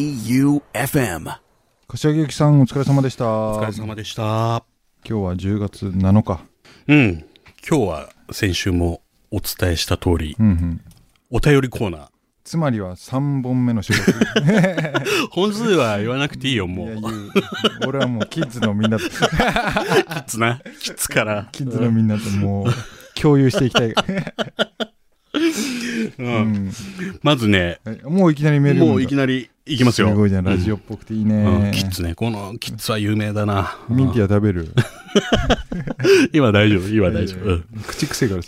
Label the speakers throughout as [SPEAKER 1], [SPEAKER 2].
[SPEAKER 1] J-O-E-U-F-M
[SPEAKER 2] 柏木由紀さんお疲れ様でした
[SPEAKER 3] お疲れ様でした。
[SPEAKER 2] 今日は10月7日
[SPEAKER 3] うん。今日は先週もお伝えした通り、
[SPEAKER 2] うんうん
[SPEAKER 3] お便りコーナ
[SPEAKER 2] つまりは3本目の収 録
[SPEAKER 3] ー。本数は言わなくていいよ、も
[SPEAKER 2] いや
[SPEAKER 3] う。
[SPEAKER 2] 言う俺はもうキッズのみんなと
[SPEAKER 3] キッズな。キッズから。
[SPEAKER 2] キッズのみんなともう共有していきたい、
[SPEAKER 3] う。
[SPEAKER 2] うんん、
[SPEAKER 3] まずね、
[SPEAKER 2] はいもういきなりメール
[SPEAKER 3] も
[SPEAKER 2] 読
[SPEAKER 3] うい
[SPEAKER 2] ん
[SPEAKER 3] き
[SPEAKER 2] だ
[SPEAKER 3] なりいきますよ。
[SPEAKER 2] すごいじゃんラジ
[SPEAKER 3] オ。
[SPEAKER 2] オっぽくていいね、
[SPEAKER 3] うん、キッズね。このキッズは有名だな。
[SPEAKER 2] ミンティア食べる
[SPEAKER 3] うん 今大丈夫、今大丈夫。うん
[SPEAKER 2] 口癖がある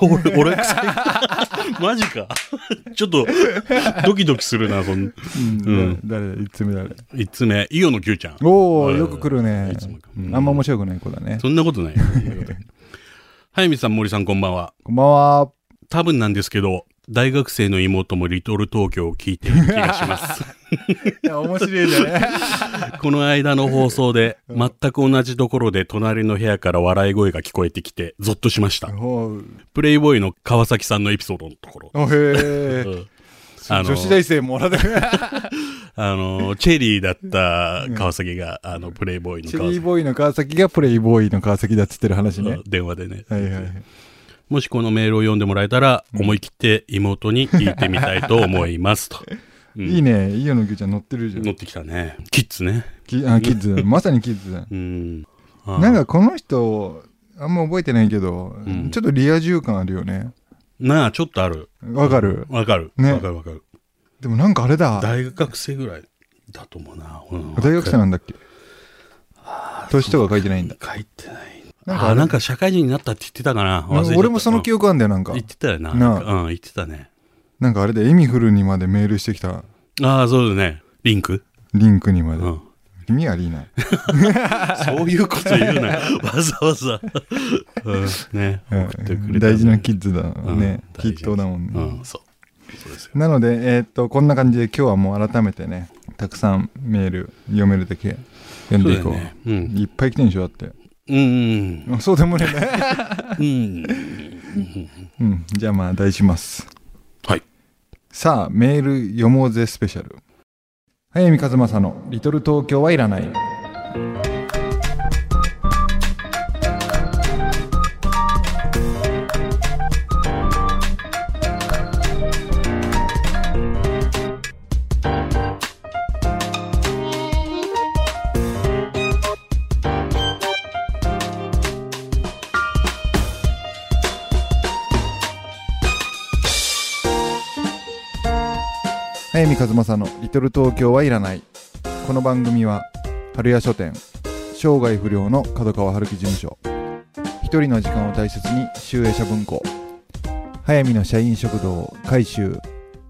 [SPEAKER 3] 俺、俺臭い。 マジか。 ちょっと、ドキドキするな、そ
[SPEAKER 2] う
[SPEAKER 3] の。
[SPEAKER 2] ん誰だいつ目誰
[SPEAKER 3] 一つ目、イオのキューちゃん。
[SPEAKER 2] おお
[SPEAKER 3] うん
[SPEAKER 2] よく来るね
[SPEAKER 3] いつも来る
[SPEAKER 2] うんあんま面白くない子だね
[SPEAKER 3] そんなことない。早見さん、森さん、こんばんは。
[SPEAKER 2] こんばんは
[SPEAKER 3] 多分なんですけど、大学生の妹もリトル東京を聞いている気がします。
[SPEAKER 2] いや面白いじゃね
[SPEAKER 3] この間の放送で、全く同じところで隣の部屋から笑い声が聞こえてきて、ゾッとしました。
[SPEAKER 2] おう
[SPEAKER 3] プレイボーイの川崎さんのエピソードのところ。
[SPEAKER 2] おへえ
[SPEAKER 3] うん あの
[SPEAKER 2] 女子大生もらった
[SPEAKER 3] あの、チェリーだった川崎が、あの、プレイボーイの
[SPEAKER 2] チェ
[SPEAKER 3] 川
[SPEAKER 2] リー
[SPEAKER 3] 崎。
[SPEAKER 2] ボーイの川崎がプレイボーイの川崎だっつってる話ね。
[SPEAKER 3] 電話でね、
[SPEAKER 2] はいはいはい。
[SPEAKER 3] もしこのメールを読んでもらえたら、思い切って妹に聞いてみたいと思いま すと。うん
[SPEAKER 2] いいね。いいよのぎゅうちゃん乗ってるじゃん
[SPEAKER 3] 乗。ってきたね。キッズね。
[SPEAKER 2] きあキッ ズだ。まさにキッズだ。
[SPEAKER 3] うん。あー
[SPEAKER 2] なんかこの人、あんま覚えてないけど、
[SPEAKER 3] ん
[SPEAKER 2] ちょっとリア充感あるよね。
[SPEAKER 3] なあ、ちょっとある。
[SPEAKER 2] わかる。
[SPEAKER 3] わかる。
[SPEAKER 2] ね
[SPEAKER 3] わかるわかる。
[SPEAKER 2] でもなんかあれだ。
[SPEAKER 3] 大学生ぐらいだと思うな。うん
[SPEAKER 2] 大学生なんだっけ年とか書いてないんだ。
[SPEAKER 3] 書いてない。
[SPEAKER 2] なん
[SPEAKER 3] あ
[SPEAKER 2] か
[SPEAKER 3] あ、なんか社会人になったって言ってたかな。忘れちゃった
[SPEAKER 2] 俺もその記憶あんだよ、なんか
[SPEAKER 3] うん。言ってたよな。
[SPEAKER 2] なあ
[SPEAKER 3] うん、言ってたね。
[SPEAKER 2] なんかあれで、エミフルにまでメールしてきた
[SPEAKER 3] ああ、そうだね。リンク
[SPEAKER 2] リンクにま
[SPEAKER 3] う
[SPEAKER 2] で。
[SPEAKER 3] ん。
[SPEAKER 2] 意味ありない。
[SPEAKER 3] そういうこと言うな。わざわざ。うん、ね。
[SPEAKER 2] うん
[SPEAKER 3] 送ってくれた。
[SPEAKER 2] 大事なキッズだね。
[SPEAKER 3] うん
[SPEAKER 2] 筆頭だもんね。
[SPEAKER 3] うん、そう。そうですよ。
[SPEAKER 2] なので、えーっとこんな感じで今日はもう改めてねたくさんメール読めるだけ読ん
[SPEAKER 3] そう
[SPEAKER 2] で
[SPEAKER 3] だ
[SPEAKER 2] いこ
[SPEAKER 3] よ
[SPEAKER 2] う、
[SPEAKER 3] ね。うん。
[SPEAKER 2] いっぱい来てんでしょだって
[SPEAKER 3] うん。
[SPEAKER 2] あそうでもねえね
[SPEAKER 3] うん。
[SPEAKER 2] うんじゃあまあ題します
[SPEAKER 3] はい
[SPEAKER 2] さあメール読もうぜスペシャル早見和正の「リトル東京はいらない」早見和正の「リトル東京はいらない」この番組は春屋書店生涯不良の角川春樹事務所一人の時間を大切に集英社文庫早見の社員食堂改修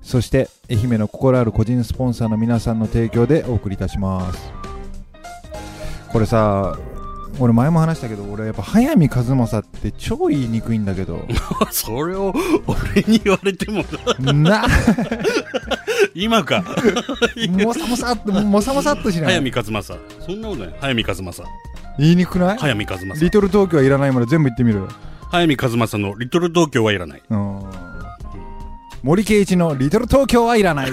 [SPEAKER 2] そして愛媛の心ある個人スポンサーの皆さんの提供でお送りいたしますこれさ俺前も話したけど俺やっぱ早見和正って超言いにくいんだけ ど
[SPEAKER 3] それを俺に言われてもな、
[SPEAKER 2] な
[SPEAKER 3] 今 か。
[SPEAKER 2] もさもさっともさもさっとしな
[SPEAKER 3] 早
[SPEAKER 2] い
[SPEAKER 3] 見和正。そんなことない。早見和正。
[SPEAKER 2] 言いにくくない
[SPEAKER 3] 早見和正。
[SPEAKER 2] リトル東京はいらないまで全部言ってみる。
[SPEAKER 3] 早見和正のリトル東京はい らない。
[SPEAKER 2] うん森圭一のリトル東京はい らない。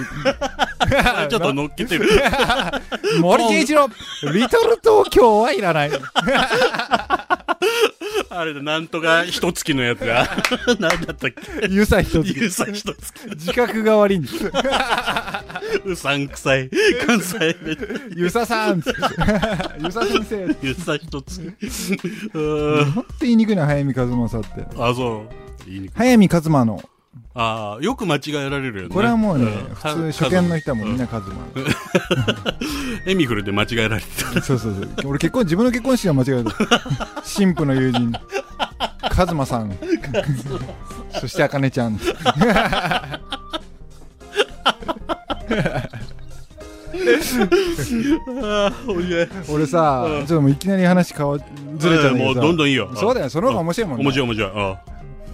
[SPEAKER 3] ちょっと乗っけてる。
[SPEAKER 2] 森圭一のリトル東京はいら ない。
[SPEAKER 3] あれだ、なんとか一月のやつが。 なんだったっけ
[SPEAKER 2] ゆさ一つ。
[SPEAKER 3] ゆうさん一月。
[SPEAKER 2] 自覚が悪いんです。
[SPEAKER 3] うさんくさい。関西弁。
[SPEAKER 2] ゆささん。 ゆさ先生。
[SPEAKER 3] ゆうさん一月。 うーん
[SPEAKER 2] ほんと言いにくいな、早見和正って。
[SPEAKER 3] あ、そう。言いにくい
[SPEAKER 2] 早見一馬の。
[SPEAKER 3] ああ、よく間違えられるよね。
[SPEAKER 2] これはもうね、
[SPEAKER 3] ん
[SPEAKER 2] 普通初見の人はもうみんな一馬。
[SPEAKER 3] エミフルで間違えられて た。
[SPEAKER 2] そうそうそう。俺結婚、自分の結婚式は間違えた。 新婦の友人。カズマさん。そして、あかねちゃん。
[SPEAKER 3] ああ、おいえ。
[SPEAKER 2] 俺さ、ちょっともういきなり話変わずれちゃうんだけどさ
[SPEAKER 3] もうどんどんいいよ。
[SPEAKER 2] そうだよその方が面白いもんね
[SPEAKER 3] 面白い面白い。あ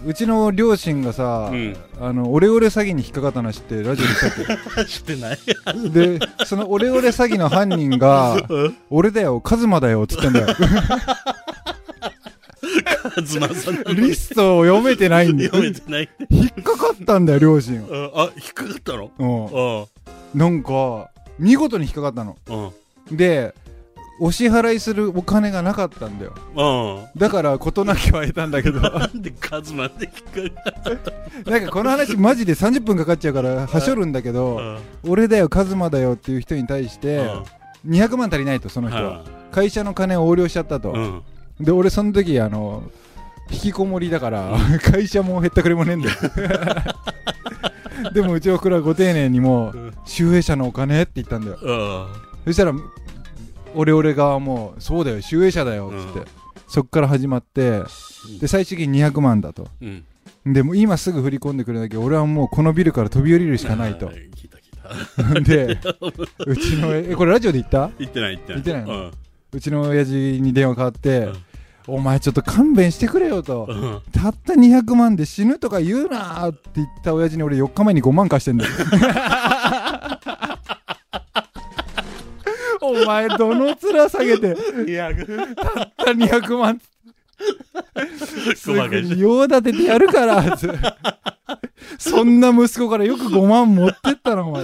[SPEAKER 2] うちの両親がさ、
[SPEAKER 3] うん
[SPEAKER 2] あのオレオレ詐欺に引っかかった話ってラジオでしたっ
[SPEAKER 3] あしてない。
[SPEAKER 2] けでそのオレオレ詐欺の犯人が「俺だよカズマだよ」っつってんだよ
[SPEAKER 3] カズマさんなの
[SPEAKER 2] リストを読めてないんだよ
[SPEAKER 3] 読めてない。
[SPEAKER 2] 引っかかったんだよ両親は
[SPEAKER 3] あ、あ引っかかったの
[SPEAKER 2] うん
[SPEAKER 3] あ
[SPEAKER 2] なんか見事に引っかかったの
[SPEAKER 3] うん。
[SPEAKER 2] でお支払いするお金がなかったんだよ
[SPEAKER 3] うん。
[SPEAKER 2] だから事なきを得たんだ けどな
[SPEAKER 3] なんでカズマで引っかか
[SPEAKER 2] んかこの話マジで30分かかっちゃうからはしょるんだけど
[SPEAKER 3] る
[SPEAKER 2] 俺だよカズマだよっていう人に対して200万足りないとその人は会社の金を横領しちゃった
[SPEAKER 3] う
[SPEAKER 2] と
[SPEAKER 3] ん。
[SPEAKER 2] で俺その時あの引きこもりだから会社もへったくれもねえんだ よでもうちのおふくらはご丁寧にも
[SPEAKER 3] うん
[SPEAKER 2] 集英社のお金って言ったんだよ
[SPEAKER 3] うん。
[SPEAKER 2] そしたら俺俺側もそうだよ集英社だよっつって、
[SPEAKER 3] うん
[SPEAKER 2] そっから始まってで最終的に200万だと
[SPEAKER 3] うん。
[SPEAKER 2] でもう今すぐ振り込んでくれなきゃ俺はもうこのビルから飛び降りるしかないと
[SPEAKER 3] あー聞いた聞いた。
[SPEAKER 2] でうちのえこれラジオで言った
[SPEAKER 3] 言ってない言ってな
[SPEAKER 2] 言っ
[SPEAKER 3] い。
[SPEAKER 2] てないの
[SPEAKER 3] の
[SPEAKER 2] うちの親父に電話かかって、
[SPEAKER 3] うん
[SPEAKER 2] お前ちょっと勘弁してくれよと、
[SPEAKER 3] うん。
[SPEAKER 2] たった200万で死ぬとか言うなーって言った親父に俺4日前に5万貸して んだよお前どの面下げて
[SPEAKER 3] い や、ご
[SPEAKER 2] たった200万すぐ
[SPEAKER 3] まか
[SPEAKER 2] に
[SPEAKER 3] し。
[SPEAKER 2] 用立ててやるから つそんな息子からよく5万持ってったなお前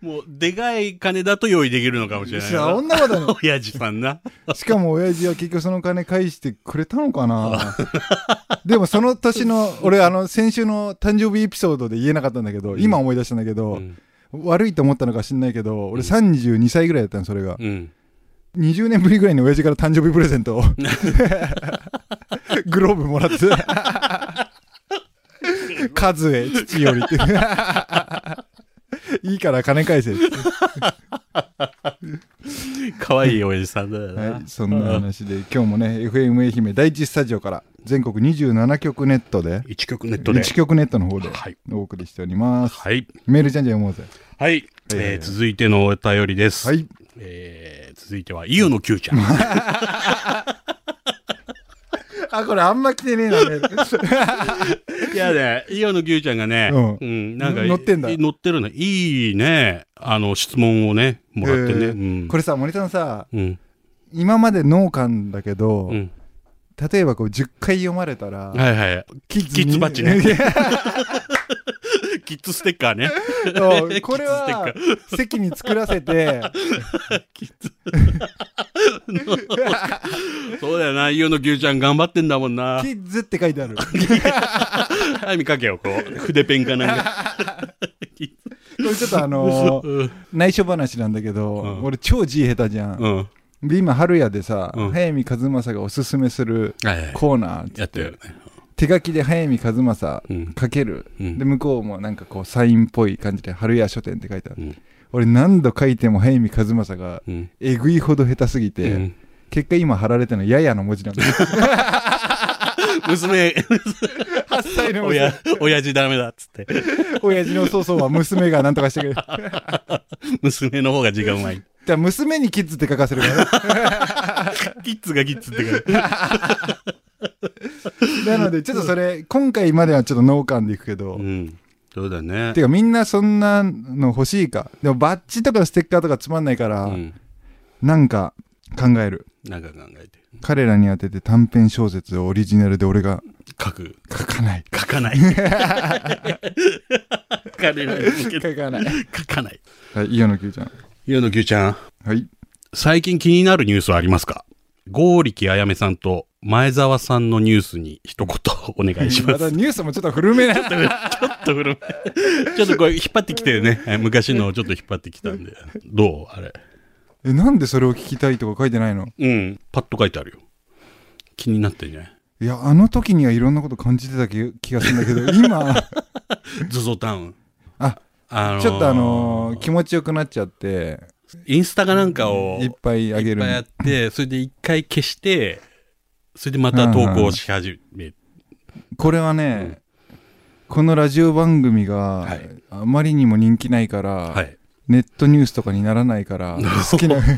[SPEAKER 3] もう、でかい金だと用意できるのかもしれない
[SPEAKER 2] いや
[SPEAKER 3] な。
[SPEAKER 2] そんなことな
[SPEAKER 3] 親父さんな。
[SPEAKER 2] いしかも親父は結局その金返してくれたのか なでもその年の俺あの先週の誕生日エピソードで言えなかったんだけど、今思い出したんだけど、
[SPEAKER 3] うん。
[SPEAKER 2] 悪いと思ったのか知んないけど俺32歳ぐらいだったのそれが、
[SPEAKER 3] うん。
[SPEAKER 2] 20年ぶりぐらいに親父から誕生日プレゼン トをグローブもらって「カズエ父より」 っていいから金返せって、
[SPEAKER 3] 可愛い親父さんだよ
[SPEAKER 2] は、。
[SPEAKER 3] ない
[SPEAKER 2] そんな話で今日もね FM 愛媛第一スタジオから全国27局ネットで
[SPEAKER 3] 一曲ネットで。
[SPEAKER 2] 1局ネットの方で
[SPEAKER 3] はい
[SPEAKER 2] お送りしております、
[SPEAKER 3] はい。
[SPEAKER 2] メールじゃんじゃん読もうぜ
[SPEAKER 3] はい。えー続いてのお便りです。
[SPEAKER 2] はい
[SPEAKER 3] えー続いては、イオの Q ちゃん。
[SPEAKER 2] あこれあんま来てねえ なメール
[SPEAKER 3] いやね、イオの Q ちゃんがね、
[SPEAKER 2] う
[SPEAKER 3] うん、なんか、
[SPEAKER 2] 乗ってんだ
[SPEAKER 3] 乗ってるの。いいね、あの、質問をね、もらってね。
[SPEAKER 2] えー
[SPEAKER 3] うん。
[SPEAKER 2] これさ森さんさ
[SPEAKER 3] うん。
[SPEAKER 2] 今まで農家んだけど、
[SPEAKER 3] うん。
[SPEAKER 2] 例えばこう10回読まれた ら、
[SPEAKER 3] はいはい。キ
[SPEAKER 2] キ
[SPEAKER 3] ッキッズバッジね。
[SPEAKER 2] ね
[SPEAKER 3] キッズステッカーね。
[SPEAKER 2] これは 席に作らせて
[SPEAKER 3] そうだよな、イオの Q ちゃん頑張ってんだもんな
[SPEAKER 2] キ。ッズって書いてあるこ
[SPEAKER 3] はい、見かけよ、こう。筆ペンかなん か。
[SPEAKER 2] れちょっとあ のー
[SPEAKER 3] うん。
[SPEAKER 2] 内緒話なんだけど、
[SPEAKER 3] うん
[SPEAKER 2] 俺超字下手じゃん、
[SPEAKER 3] うん。は
[SPEAKER 2] で今春屋でさ、
[SPEAKER 3] うん
[SPEAKER 2] 早見和正がおすすめする
[SPEAKER 3] いはい。
[SPEAKER 2] コーナーっつ
[SPEAKER 3] やってるよね。
[SPEAKER 2] 手書きで早見和正
[SPEAKER 3] うん。
[SPEAKER 2] かける、
[SPEAKER 3] うん
[SPEAKER 2] で向こうもなんかこうサインっぽい感じで春屋書店って書いてある、
[SPEAKER 3] うん
[SPEAKER 2] 俺何度書いても早見和正が
[SPEAKER 3] うん。
[SPEAKER 2] えぐいほど下手すぎて、
[SPEAKER 3] うん
[SPEAKER 2] 結果今貼られてるのややの文字なんだよ
[SPEAKER 3] 娘、
[SPEAKER 2] 8歳の娘
[SPEAKER 3] 親、親父ダメだっつって。
[SPEAKER 2] 親父のそうそうは娘がなんとかしてく れる。
[SPEAKER 3] 娘の方が字がうまい。
[SPEAKER 2] じゃあ娘にキッズって書かせるからね。
[SPEAKER 3] キッズがキッズってか。
[SPEAKER 2] なので、ちょっとそれ、今回まではちょっと農家でいくけど、
[SPEAKER 3] うん。そうだね。
[SPEAKER 2] てかみんなそんなの欲しいか。でもバッジとかステッカーとかつまんないから、
[SPEAKER 3] うん。
[SPEAKER 2] なんか考える。
[SPEAKER 3] なんか考えて。
[SPEAKER 2] 彼らに当てて短編小説をオリジナルで俺が
[SPEAKER 3] 書く。
[SPEAKER 2] 書かない。
[SPEAKER 3] 書かない。 書かれない。
[SPEAKER 2] 書かない。
[SPEAKER 3] 書かない。
[SPEAKER 2] はい、イオのキュちゃん。
[SPEAKER 3] ゆうのきゅうちゃん、
[SPEAKER 2] はい。
[SPEAKER 3] 最近気になるニュースはありますか剛力あやめさんと前澤さんのニュースに一言お願いしま。
[SPEAKER 2] ます たニュースもちょっと古めな。
[SPEAKER 3] ちょっと古め。ちょっとこれ引っ張ってきてね。え 昔のをちょっと引っ張ってきたんで。どうあれ。
[SPEAKER 2] え、なんでそれを聞きたいとか書いてないの
[SPEAKER 3] うん。パッと書いてあるよ。気になってんじゃない
[SPEAKER 2] いや、あの時にはいろんなこと感じてた気気がするんだけど、 今、
[SPEAKER 3] ズゾタウン。
[SPEAKER 2] あ、
[SPEAKER 3] あのー
[SPEAKER 2] ちょっとあのー気持ちよくなっちゃって、
[SPEAKER 3] インスタかなんかを
[SPEAKER 2] いっぱいあげ
[SPEAKER 3] いっぱいや
[SPEAKER 2] る。
[SPEAKER 3] って、それで一回消して、それでまた投稿し始めて。
[SPEAKER 2] これはね、このラジオ番組が
[SPEAKER 3] はい
[SPEAKER 2] あまりにも人気ないから、
[SPEAKER 3] はい。
[SPEAKER 2] ネットニュースとかにならない から、好きな、
[SPEAKER 3] 言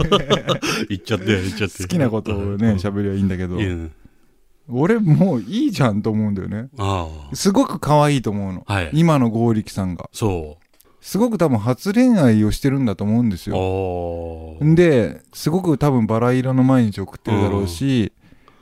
[SPEAKER 3] っちゃって、言っちゃって。
[SPEAKER 2] 好きなことをね、喋りゃいいんだけど
[SPEAKER 3] う、ん。
[SPEAKER 2] 俺もういいじゃんと思うんだよね。
[SPEAKER 3] あ
[SPEAKER 2] すごく可愛いと思うの。
[SPEAKER 3] あ。はい。
[SPEAKER 2] 今の剛力さんが。
[SPEAKER 3] そ
[SPEAKER 2] すごく多分初恋愛をしてるんだと思うんです
[SPEAKER 3] う。
[SPEAKER 2] よ。
[SPEAKER 3] おー。
[SPEAKER 2] で、すごく多分バラ色の毎日送ってるだろうし、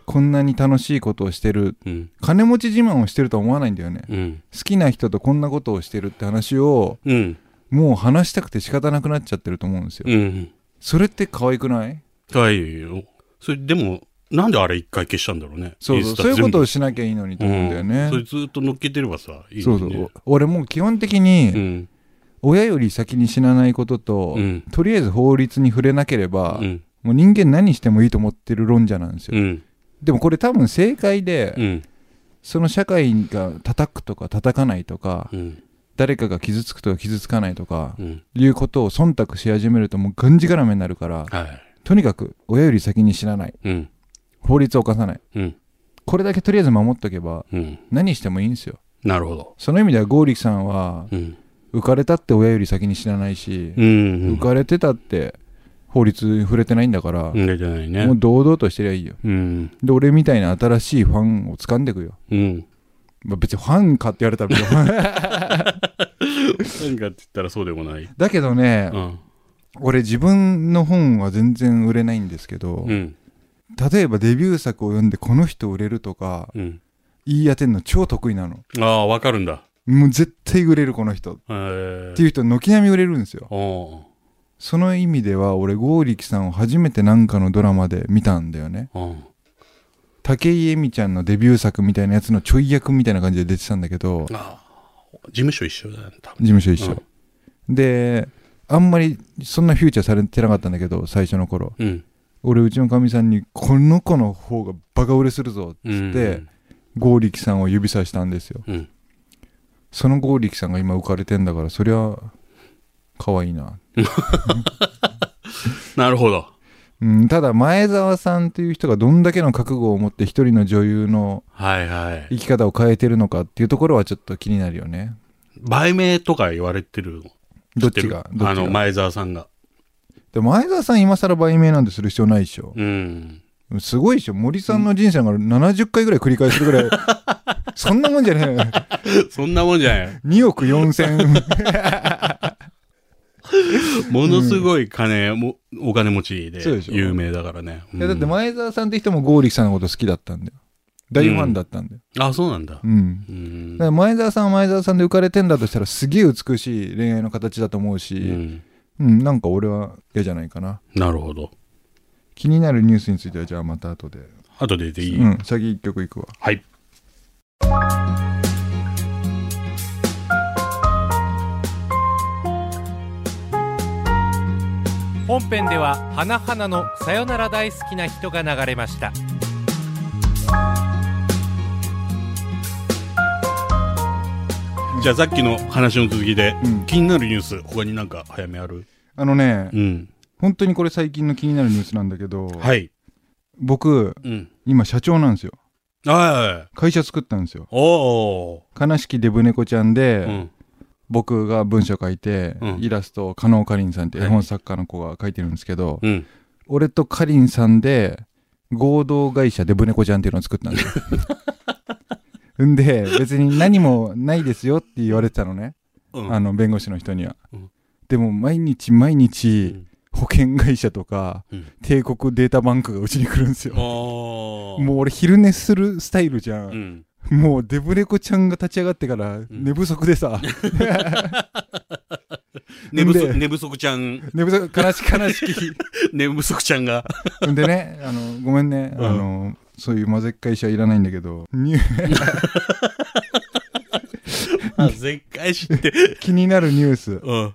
[SPEAKER 2] こんなに楽しいことをしてる。
[SPEAKER 3] うん。
[SPEAKER 2] 金持ち自慢をしてるとは思わないんだよね。
[SPEAKER 3] うん。
[SPEAKER 2] 好きな人とこんなことをしてるって話を
[SPEAKER 3] うん。
[SPEAKER 2] もう話したくて仕方なくなっちゃってると思うんですよ、
[SPEAKER 3] うん。
[SPEAKER 2] それって可愛くない
[SPEAKER 3] はいよ。それ、でも、なんであれ一回消したんだろうね。
[SPEAKER 2] そう
[SPEAKER 3] イン
[SPEAKER 2] そう
[SPEAKER 3] スタ
[SPEAKER 2] そういうことを
[SPEAKER 3] 全
[SPEAKER 2] しなきゃいいのに
[SPEAKER 3] 部
[SPEAKER 2] と思うんだよね、
[SPEAKER 3] うんそれずっと乗っけてればさ、いい
[SPEAKER 2] そ
[SPEAKER 3] の
[SPEAKER 2] う
[SPEAKER 3] に
[SPEAKER 2] そう
[SPEAKER 3] ね。
[SPEAKER 2] 俺もう基本的
[SPEAKER 3] う
[SPEAKER 2] に
[SPEAKER 3] ん。
[SPEAKER 2] 親より先に死なないことと、
[SPEAKER 3] うん。
[SPEAKER 2] とりあえず法律に触れなければ、
[SPEAKER 3] うん。
[SPEAKER 2] もう人間何してもいいと思ってる論者なんですよ、
[SPEAKER 3] うん。
[SPEAKER 2] でもこれ多分正解で、
[SPEAKER 3] うん。
[SPEAKER 2] その社会が叩くとか叩かないとか、
[SPEAKER 3] うん。
[SPEAKER 2] 誰かが傷つくとか傷つかないとか、
[SPEAKER 3] うん。
[SPEAKER 2] いうことを忖度し始めるともうがんじがらめになるから
[SPEAKER 3] はい。
[SPEAKER 2] とにかく親より先に死なない
[SPEAKER 3] うん。
[SPEAKER 2] 法律を犯さない
[SPEAKER 3] うん。
[SPEAKER 2] これだけとりあえず守っとけば
[SPEAKER 3] うん。
[SPEAKER 2] 何してもいいんですよ
[SPEAKER 3] なるほど。
[SPEAKER 2] その意味では剛力さんは
[SPEAKER 3] うん。
[SPEAKER 2] 浮かれたって親より先に死なないし、
[SPEAKER 3] うん。うん
[SPEAKER 2] 浮かれてたって法律に触れてないんだから、
[SPEAKER 3] うん出てないね
[SPEAKER 2] もう。堂々としてりゃいいよ
[SPEAKER 3] うん。
[SPEAKER 2] で俺みたいな新しいファンを掴んでくよ、
[SPEAKER 3] うん。
[SPEAKER 2] まあ、別にファンかって言われたら別に
[SPEAKER 3] 何かって言ったらそうでもない。
[SPEAKER 2] だけどね、
[SPEAKER 3] うん。
[SPEAKER 2] 俺自分の本は全然売れないんですけど、
[SPEAKER 3] うん。
[SPEAKER 2] 例えばデビュー作を読んでこの人売れるとか
[SPEAKER 3] うん。
[SPEAKER 2] 言い当てんの超得意なの
[SPEAKER 3] ああ、わかるんだ。
[SPEAKER 2] もう絶対売れるこの人っ
[SPEAKER 3] えー
[SPEAKER 2] ていう人軒並み売れるんですよ
[SPEAKER 3] あ
[SPEAKER 2] その意味では俺剛力さんを初めてなんかのドラマで見たんだよね
[SPEAKER 3] あ。うん
[SPEAKER 2] 武井絵美ちゃんのデビュー作みたいなやつのちょい役みたいな感じで出てたんだけど事
[SPEAKER 3] ああ。事務所一緒だね、多分。
[SPEAKER 2] 務所一緒、であんまりそんなフューチャーされてなかったんだけど最初の頃
[SPEAKER 3] うん。
[SPEAKER 2] 俺うちのかみさんに「この子の方がバカ売れするぞ」っ
[SPEAKER 3] う
[SPEAKER 2] つっ
[SPEAKER 3] ん。
[SPEAKER 2] て剛力さんを指さしたんですよ
[SPEAKER 3] うん。
[SPEAKER 2] その剛力さんが今浮かれてんだからそりゃ可愛いな、
[SPEAKER 3] なるほど。
[SPEAKER 2] うん、ただ前澤さんという人がどんだけの覚悟を持って一人の女優の
[SPEAKER 3] はいは
[SPEAKER 2] 生
[SPEAKER 3] い。
[SPEAKER 2] き方を変えてるのかっていうところはちょっと気になるよね
[SPEAKER 3] 売名とか言われてるの
[SPEAKER 2] どっちが
[SPEAKER 3] 知てる
[SPEAKER 2] ど
[SPEAKER 3] あ
[SPEAKER 2] っち
[SPEAKER 3] の、
[SPEAKER 2] が
[SPEAKER 3] 前澤さんが。
[SPEAKER 2] でも前澤さん今更売名なんてする必要ないでしょ、
[SPEAKER 3] うん。
[SPEAKER 2] すごいでしょ森さんの人生が70回ぐらい繰り返するぐらい そんなもんじゃね
[SPEAKER 3] そんなもんじゃない。
[SPEAKER 2] え2億4000
[SPEAKER 3] ものすごい金、もお金持ちで
[SPEAKER 2] そうでしょ
[SPEAKER 3] 有名だからね。うん
[SPEAKER 2] いやだって前澤さんって人も剛力さんのこと好きだったんだよ大ファンだったんだよ、
[SPEAKER 3] あ、そうなんだ。
[SPEAKER 2] うんだ
[SPEAKER 3] うん
[SPEAKER 2] か。ら前澤さんは前澤さんで浮かれてんだとしたらすげえ美しい恋愛の形だと思うし、
[SPEAKER 3] う
[SPEAKER 2] うん
[SPEAKER 3] ん
[SPEAKER 2] なんか俺は嫌じゃないかな
[SPEAKER 3] なるほど。
[SPEAKER 2] 気になるニュースについてはじゃあまた後で、
[SPEAKER 3] 後ででいい。
[SPEAKER 2] うん、先一曲いくわ
[SPEAKER 3] はい。
[SPEAKER 4] 本編では花々のさよなら大好きな人が流れました
[SPEAKER 3] じゃあさっきの話の続きで、
[SPEAKER 2] うん
[SPEAKER 3] 気になるニュース、他になんか早めある
[SPEAKER 2] あのね、
[SPEAKER 3] うん。
[SPEAKER 2] 本当にこれ最近の気になるニュースなんだけど、
[SPEAKER 3] はい。
[SPEAKER 2] 僕
[SPEAKER 3] うん。
[SPEAKER 2] 今社長なんですよ
[SPEAKER 3] はい。
[SPEAKER 2] 会社作ったんですよ
[SPEAKER 3] おー。
[SPEAKER 2] 悲しきデブ猫ちゃんで、
[SPEAKER 3] うん。
[SPEAKER 2] 僕が文章書いて、
[SPEAKER 3] うん
[SPEAKER 2] イラストを加納かりんさんって絵
[SPEAKER 3] は
[SPEAKER 2] 本作家の子が書いてるんですけど、
[SPEAKER 3] うん。
[SPEAKER 2] 俺とかりんさんで合同会社デブ猫ちゃんっていうのを作ったん ですよ。んで別に何もないですよって言われてたのね、
[SPEAKER 3] うん。
[SPEAKER 2] あの弁護士の人には、
[SPEAKER 3] うん
[SPEAKER 2] でも毎日毎日保険会社とか、
[SPEAKER 3] うん
[SPEAKER 2] 帝国データバンクがうちに来るんですよ、
[SPEAKER 3] おー。
[SPEAKER 2] もう俺昼寝するスタイルじゃ、
[SPEAKER 3] うんん。
[SPEAKER 2] もうデブ猫ちゃんが立ち上がってから寝不足で さ、
[SPEAKER 3] 寝不
[SPEAKER 2] で
[SPEAKER 3] 足、寝不足ちゃん、
[SPEAKER 2] 寝不足悲しき悲しき
[SPEAKER 3] 寝不足ちゃんが。
[SPEAKER 2] んでね、あの、ごめんね、
[SPEAKER 3] うん
[SPEAKER 2] あの、そういう混ぜっ返しはいらないんだけど、ニュー
[SPEAKER 3] あ、 絶対知って。
[SPEAKER 2] 気になるニュース。
[SPEAKER 3] うん。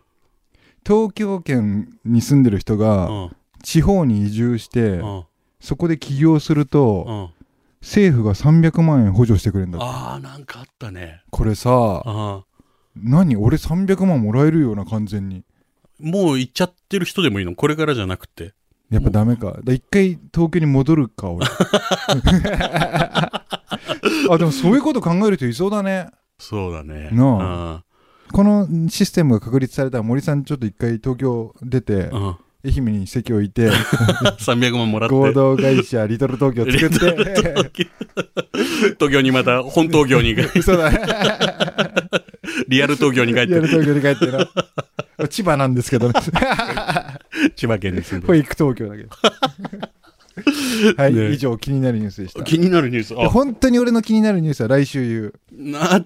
[SPEAKER 2] 東京圏に住んでる人
[SPEAKER 3] う
[SPEAKER 2] が、
[SPEAKER 3] ん。
[SPEAKER 2] 地方に移住して
[SPEAKER 3] う、ん。
[SPEAKER 2] そこで起業する
[SPEAKER 3] う
[SPEAKER 2] と、
[SPEAKER 3] ん。
[SPEAKER 2] 政府が300万円補助してくれるんだって。
[SPEAKER 3] ああ、なんかあったね。
[SPEAKER 2] これさ、
[SPEAKER 3] ああ。
[SPEAKER 2] 何俺300万もらえるよな、完全に。
[SPEAKER 3] もう行っちゃってる人でもいいのこれからじゃなくて。
[SPEAKER 2] やっぱダメか。だ一回東京に戻るか、 俺。あ、でもそういうこと考える人いそうだね。
[SPEAKER 3] そうだね。
[SPEAKER 2] なこのシステムが確立されたら森さんちょっと一回東京出て、
[SPEAKER 3] うん。 うん。
[SPEAKER 2] 愛媛に席を置い て
[SPEAKER 3] 300万もらって。
[SPEAKER 2] 合同会社リトル東京作って
[SPEAKER 3] 東京にまた、本東京に、
[SPEAKER 2] 嘘だね
[SPEAKER 3] リアル東京に帰っ
[SPEAKER 2] リアル
[SPEAKER 3] て、
[SPEAKER 2] 東京に帰ってな千葉なんですけど ね
[SPEAKER 3] 千葉県に住ん
[SPEAKER 2] これ
[SPEAKER 3] で
[SPEAKER 2] 行く東京だけどはい、
[SPEAKER 3] ね
[SPEAKER 2] 以上気になるニュースでした
[SPEAKER 3] る。気になるニュース。あ、
[SPEAKER 2] 本当に俺の気になるニュースは来週
[SPEAKER 3] なっ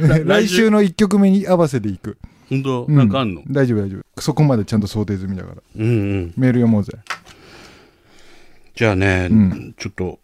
[SPEAKER 2] 言う来
[SPEAKER 3] 来週
[SPEAKER 2] 週の1曲目に合わせていく
[SPEAKER 3] 本当なんかあんの
[SPEAKER 2] う大丈夫大丈夫そこまでちゃんと想定済みだから
[SPEAKER 3] うんうん。
[SPEAKER 2] メール読もうぜ
[SPEAKER 3] じゃあね、
[SPEAKER 2] うん
[SPEAKER 3] ちょっと、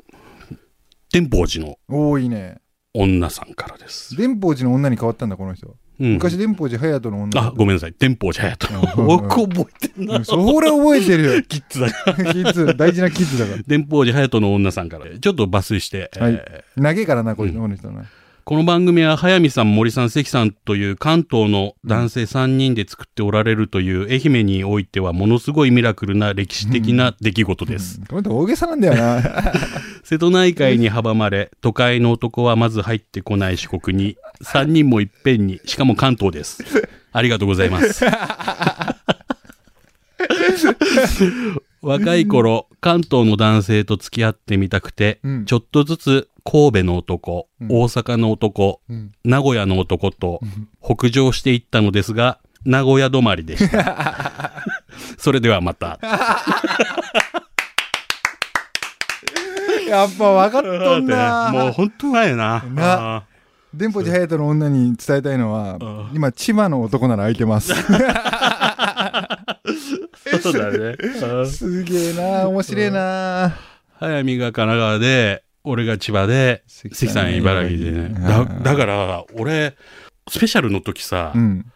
[SPEAKER 3] 天保寺の
[SPEAKER 2] おーいいね
[SPEAKER 3] 女さんからです。
[SPEAKER 2] 伝法寺の女に変わったんだこの人、
[SPEAKER 3] うん、
[SPEAKER 2] 昔伝法寺隼人の女
[SPEAKER 3] あ、ごめんなさい。天保寺隼人。
[SPEAKER 2] うん
[SPEAKER 3] 僕覚えてんな。
[SPEAKER 2] それ覚えてるよ
[SPEAKER 3] キッズだ。
[SPEAKER 2] キッズ大事なキッズだか
[SPEAKER 3] 天保寺隼人の女さんから、ちょっと抜粋して、
[SPEAKER 2] らは
[SPEAKER 3] え
[SPEAKER 2] い
[SPEAKER 3] ー
[SPEAKER 2] 長えからなこの人この人ね
[SPEAKER 3] この番組は早見さん、森さん、関さんという関東の男性3人で作っておられるという愛媛においてはものすごいミラクルな歴史的な出来事です。
[SPEAKER 2] この人大げさなんだよな
[SPEAKER 3] 瀬戸内海に阻まれ、都会の男はまず入ってこない四国に、3人もいっぺんに、しかも関東です。ありがとうござ います。若い頃、関東の男性と付き合ってみたくて、
[SPEAKER 2] うん
[SPEAKER 3] ちょっとずつ神戸の男、
[SPEAKER 2] うん
[SPEAKER 3] 大阪の男、
[SPEAKER 2] うん
[SPEAKER 3] 名古屋の男と北上していったのですが、名古屋止まりでした。 それではまた。
[SPEAKER 2] やっぱ分かっとんな
[SPEAKER 3] もう本当だよな。
[SPEAKER 2] な
[SPEAKER 3] あ
[SPEAKER 2] 電報寺隼人の女に伝えたいのは今千葉の男なら空いて ます
[SPEAKER 3] ー そうだ ね。
[SPEAKER 2] すげえな面白えな
[SPEAKER 3] 早見が神奈川で、俺が千葉で、
[SPEAKER 2] 関
[SPEAKER 3] 関さん茨城でね。
[SPEAKER 2] う
[SPEAKER 3] だ
[SPEAKER 2] ん
[SPEAKER 3] だから、俺、スペシャルの時さ、
[SPEAKER 2] うん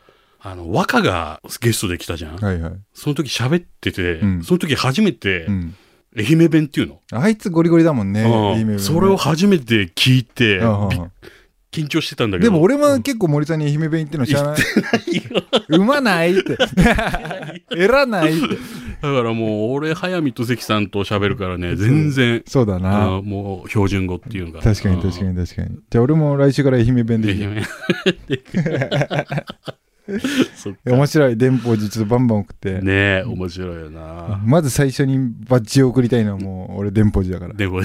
[SPEAKER 3] あの、若がゲストで来たじゃん。
[SPEAKER 2] はいはい、
[SPEAKER 3] その時喋ってて、
[SPEAKER 2] うん
[SPEAKER 3] その時初めて
[SPEAKER 2] う、ん、
[SPEAKER 3] 愛媛弁っていうの、
[SPEAKER 2] あいつゴリゴリだもんね
[SPEAKER 3] うん
[SPEAKER 2] E メールね
[SPEAKER 3] それを初めて聞いて、
[SPEAKER 2] うん
[SPEAKER 3] び緊張してたんだけど。
[SPEAKER 2] でも俺も結構森さんに愛媛弁行ってんの知らない産まないって。えらないって。
[SPEAKER 3] だからもう、俺、早見と関さんと喋るからね、全然、
[SPEAKER 2] そうだ
[SPEAKER 3] あ
[SPEAKER 2] な。
[SPEAKER 3] のもう、標準語っていうのが。
[SPEAKER 2] 確かに確か
[SPEAKER 3] に。
[SPEAKER 2] に確かに。じゃあ俺も来週から愛媛弁でいい
[SPEAKER 3] 愛媛そっか
[SPEAKER 2] 面白い電報実バンバン送って。
[SPEAKER 3] ねえ、面白いよな。
[SPEAKER 2] まず最初にバッジを送りたいのはもう俺電報寺だから。
[SPEAKER 3] でも、こ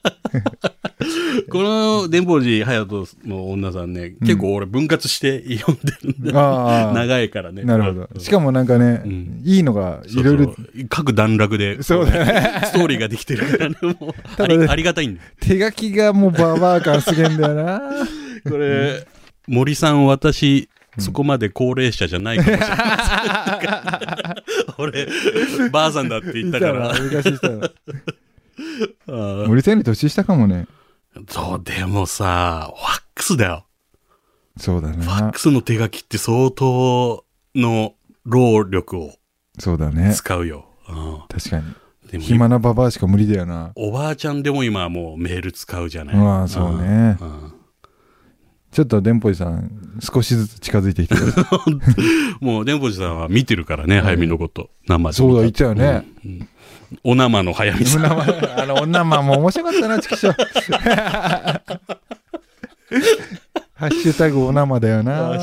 [SPEAKER 3] の、伝法寺隼人の女さんね、結構俺分割して読んでるんだ。
[SPEAKER 2] ああ。
[SPEAKER 3] 長いからね。
[SPEAKER 2] なるほ
[SPEAKER 3] うん
[SPEAKER 2] ど。しかもなんかね
[SPEAKER 3] うん、
[SPEAKER 2] いいのがいろいろ
[SPEAKER 3] そうそう各段落で、
[SPEAKER 2] そうだ
[SPEAKER 3] ね。ストーリーができてるからね、もう、
[SPEAKER 2] た
[SPEAKER 3] あ
[SPEAKER 2] だね
[SPEAKER 3] りありがたいんだよ
[SPEAKER 2] 手書きがもうババア感すげえんだよ な。
[SPEAKER 3] これ、森さん、私、そこまで高齢者じゃないかもしれない。 俺、ばあさんだって言ったか
[SPEAKER 2] い
[SPEAKER 3] ら。
[SPEAKER 2] たな昔したら
[SPEAKER 3] あ
[SPEAKER 2] 森さんより年下かもね。
[SPEAKER 3] ーそう、でもさ、ファックスだよ。
[SPEAKER 2] そうだ
[SPEAKER 3] ファッ
[SPEAKER 2] な
[SPEAKER 3] ク。スの手書きって相当の労力を
[SPEAKER 2] そうだね。
[SPEAKER 3] 使うよ。うん
[SPEAKER 2] 確かに。
[SPEAKER 3] でも
[SPEAKER 2] 暇なババアしか無理だよな。
[SPEAKER 3] おばあちゃんでも今はもうメール使うじゃない。
[SPEAKER 2] まあそうね
[SPEAKER 3] う。ん
[SPEAKER 2] ちょっと電報寺さん、少しずつ近づいてきてる。
[SPEAKER 3] もう、伝法寺さんは見てるからね、早見のこと。生で
[SPEAKER 2] そうだ、言ってたよね。
[SPEAKER 3] お生の早見さん。
[SPEAKER 2] 女ま あの、女まんも面白かったな、ちくしょう。ハッシュタグお生だよな。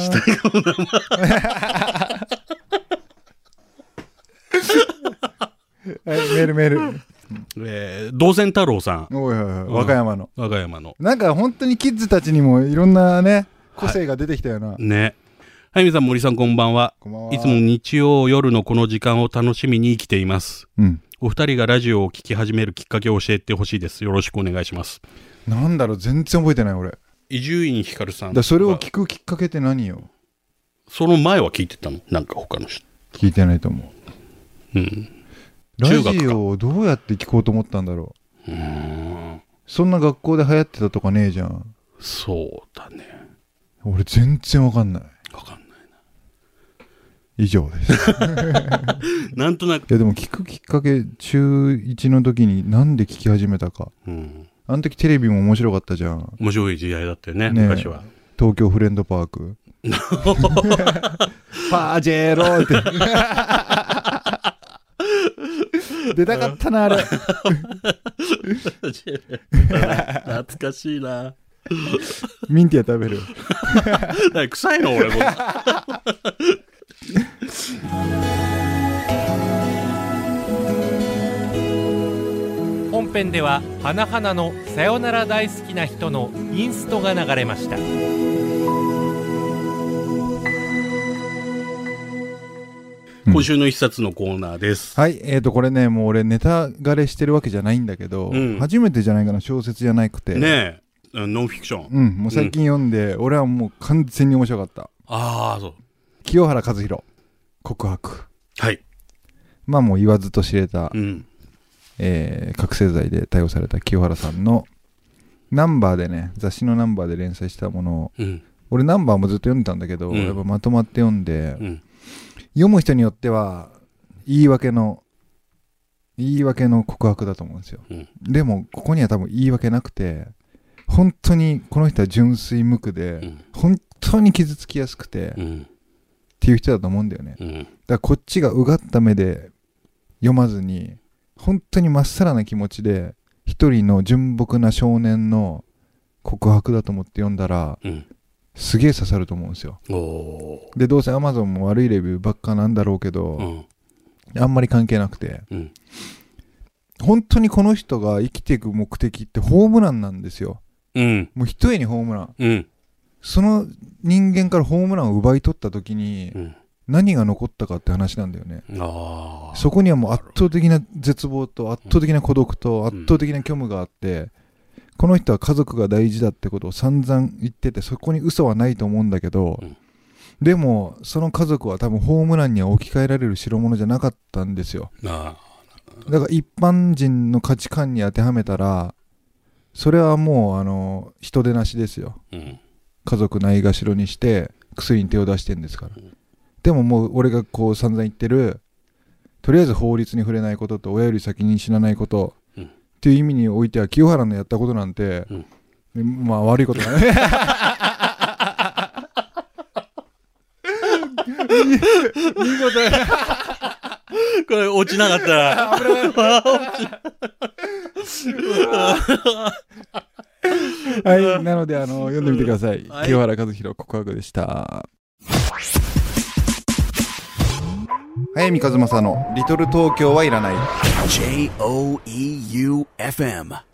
[SPEAKER 2] はい、 メールメール。
[SPEAKER 3] えー、道仙太郎さん。
[SPEAKER 2] おいおいおい、和歌山の。
[SPEAKER 3] 和歌山の。
[SPEAKER 2] なんか本当にキッズたちにもいろんなね、個性が出てきたよな。
[SPEAKER 3] ね。はい、皆さん、森さん、こんばんは。
[SPEAKER 2] こんばんは。
[SPEAKER 3] いつも。日曜夜のこの時間を楽しみに生きています。
[SPEAKER 2] うん。
[SPEAKER 3] お二人がラジオを聞き始めるきっかけを教えてほしいです。よろしくお願いします。
[SPEAKER 2] なんだろう、全然覚えてない、俺。だか
[SPEAKER 3] 伊集院光さん
[SPEAKER 2] らそれを聞くきっかけって何よ。
[SPEAKER 3] その前は聞いてたのなんか他の人。
[SPEAKER 2] 聞いてないと思う。
[SPEAKER 3] うん。
[SPEAKER 2] ラ
[SPEAKER 3] 中学か
[SPEAKER 2] ジオをどうやって聞こうと思ったんだろう
[SPEAKER 3] うーん。
[SPEAKER 2] そんな学校で流行ってたとかねえじゃん
[SPEAKER 3] そうだね。
[SPEAKER 2] 俺全然わかんない
[SPEAKER 3] わかんない。
[SPEAKER 2] 以上 ですい
[SPEAKER 3] なんとなく。
[SPEAKER 2] やでも聞くきっかけ中1の時になんで聞き始めたか
[SPEAKER 3] うん。
[SPEAKER 2] あの時テレビも面白かったじゃん
[SPEAKER 3] 面白い時代だったよね、
[SPEAKER 2] ねえ
[SPEAKER 3] 昔は。
[SPEAKER 2] 東京フレンドパーク パジェロって 出たかったなあ れ
[SPEAKER 3] 懐かしいな。
[SPEAKER 2] ミンティア食べる
[SPEAKER 3] 何臭いの俺も。
[SPEAKER 4] 本編では花々のさよなら大好きな人のインストが流れました
[SPEAKER 2] うん
[SPEAKER 3] 今週の一冊のコーナーです。
[SPEAKER 2] はいえーとこれねもう俺ネタ枯れしてるわけじゃないんだけど、
[SPEAKER 3] うん
[SPEAKER 2] 初めてじゃないかな小説じゃなくて
[SPEAKER 3] ねえ、ノンフィクション。
[SPEAKER 2] うん、もう最近読んで、俺はもう完全に面白かった。
[SPEAKER 3] ああ、そう。
[SPEAKER 2] 清原和博告白
[SPEAKER 3] はい。
[SPEAKER 2] まあもう言わずと知れた、
[SPEAKER 3] うん。
[SPEAKER 2] えー覚醒剤で逮捕された清原さんのナンバーでね雑誌のナンバーで連載したものを
[SPEAKER 3] うん。
[SPEAKER 2] 俺ナンバーもずっと読んでたんだけど、
[SPEAKER 3] うん
[SPEAKER 2] やっぱまとまって読んで、
[SPEAKER 3] うん。
[SPEAKER 2] 読む人によっては言い訳の言い訳の告白だと思うんですよ、
[SPEAKER 3] うん
[SPEAKER 2] でもここには多分言い訳なくて本当にこの人は純粋無垢で、
[SPEAKER 3] うん。
[SPEAKER 2] 本当に傷つきやすくて、
[SPEAKER 3] う
[SPEAKER 2] っ
[SPEAKER 3] ん。
[SPEAKER 2] ていう人だと思うんだよね
[SPEAKER 3] うん。
[SPEAKER 2] だからこっちがうがった目で読まずに本当にまっさらな気持ちで一人の純朴な少年の告白だと思って読んだら
[SPEAKER 3] うん。
[SPEAKER 2] すげえ刺さると思うんですよ
[SPEAKER 3] おお
[SPEAKER 2] でどうせ Amazon も悪いレビューばっかなんだろうけ
[SPEAKER 3] ー。う
[SPEAKER 2] ど、
[SPEAKER 3] ん。
[SPEAKER 2] あんまり関係なくて
[SPEAKER 3] うん。
[SPEAKER 2] 本当にこの人が生きていく目的ってホームランなんですよ
[SPEAKER 3] うん。
[SPEAKER 2] もう一重にホームラン
[SPEAKER 3] うん。
[SPEAKER 2] その人間からホームランを奪い取った時に
[SPEAKER 3] うん。
[SPEAKER 2] 何が残ったかって話なんだよね
[SPEAKER 3] ああ。
[SPEAKER 2] そこにはもう圧倒的な絶望と圧倒的な孤独と圧倒的な虚無があって、この人は家族が大事だってことを散々言ってて、そこに嘘はないと思うんだけど、
[SPEAKER 3] うん
[SPEAKER 2] でも、その家族は多分ホームランには置き換えられる代物じゃなかったんですよ。
[SPEAKER 3] あ
[SPEAKER 2] だから一般人の価値観に当てはめたら、それはもう、あの、人手なしですよ。
[SPEAKER 3] ーうん。
[SPEAKER 2] 家族ないがしろにして薬に手を出してんですから、でももう俺がこう散々言ってるとりあえず法律に触れないことと親より先に死なないこと、
[SPEAKER 3] うん
[SPEAKER 2] っていう意味においては清原のやったことなんて、まあ悪いこと だね
[SPEAKER 3] これ落ちなかったら。
[SPEAKER 2] はいなのであの読んでみてください、
[SPEAKER 3] はい
[SPEAKER 2] 清原和博告白でした早見和正の「リトル東京はいらない」
[SPEAKER 1] J O E U F M.